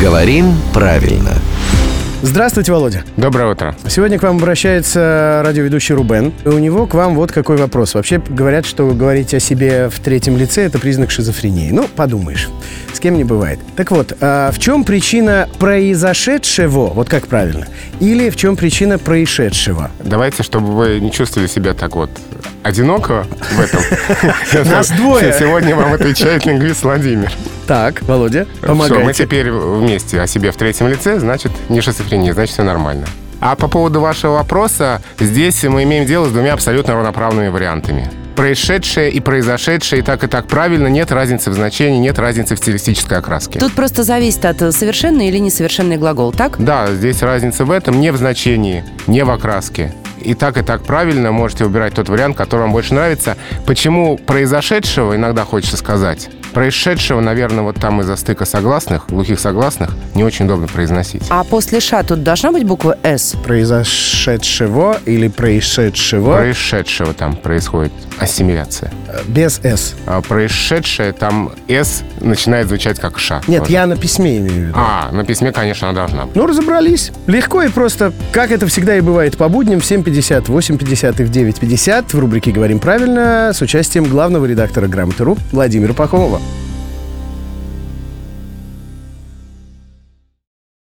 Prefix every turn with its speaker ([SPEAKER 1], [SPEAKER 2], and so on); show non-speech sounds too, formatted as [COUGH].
[SPEAKER 1] Говорим правильно.
[SPEAKER 2] Здравствуйте, Володя.
[SPEAKER 3] Доброе утро.
[SPEAKER 2] Сегодня к вам обращается радиоведущий Рубен. И у него к вам вот какой вопрос. Вообще говорят, что говорить о себе в третьем лице – это признак шизофрении. Ну, подумаешь, с кем не бывает. Так вот, а в чем причина произошедшего, вот как правильно, или в чем причина происшедшего?
[SPEAKER 3] Давайте, чтобы вы не чувствовали себя так вот одиноко в этом.
[SPEAKER 2] [LAUGHS] Нас двое.
[SPEAKER 3] Сегодня
[SPEAKER 2] [LAUGHS]
[SPEAKER 3] вам отвечает лингвист Владимир.
[SPEAKER 2] Так, Володя,
[SPEAKER 3] Все, мы
[SPEAKER 2] помогайте.
[SPEAKER 3] теперь вместе о себе в третьем лице, значит, не шизофрения, значит, все нормально. А по поводу вашего вопроса, здесь мы имеем дело с двумя абсолютно равноправными вариантами. Происшедшее и произошедшее и так и так правильно, нет разницы в значении, нет разницы в стилистической окраске.
[SPEAKER 4] Тут просто зависит от э, совершенный или несовершенный глагол, так?
[SPEAKER 3] Да, здесь разница в этом не в значении, не в окраске. И так, и так правильно можете выбирать тот вариант, который вам больше нравится. Почему произошедшего иногда хочется сказать? Происшедшего, наверное, вот там из-за стыка согласных, глухих согласных, не очень удобно произносить.
[SPEAKER 4] А после «ша» тут должна быть буква «с»?
[SPEAKER 2] Произошедшего или происшедшего
[SPEAKER 3] Происшедшего там происходит ассимиляция.
[SPEAKER 2] э, без «с».
[SPEAKER 3] А происшедшее там «с» начинает звучать как «ша».
[SPEAKER 2] Нет,
[SPEAKER 3] тоже.
[SPEAKER 2] я на письме имею в виду.
[SPEAKER 3] А, на письме, конечно, она должна быть.
[SPEAKER 2] Ну, разобрались. Легко и просто. Как это всегда и бывает по будням в 7.50, 8.50 и в 9.50 в рубрике «Говорим правильно» с участием главного редактора «Грамоты.ру» Владимира Пахомова.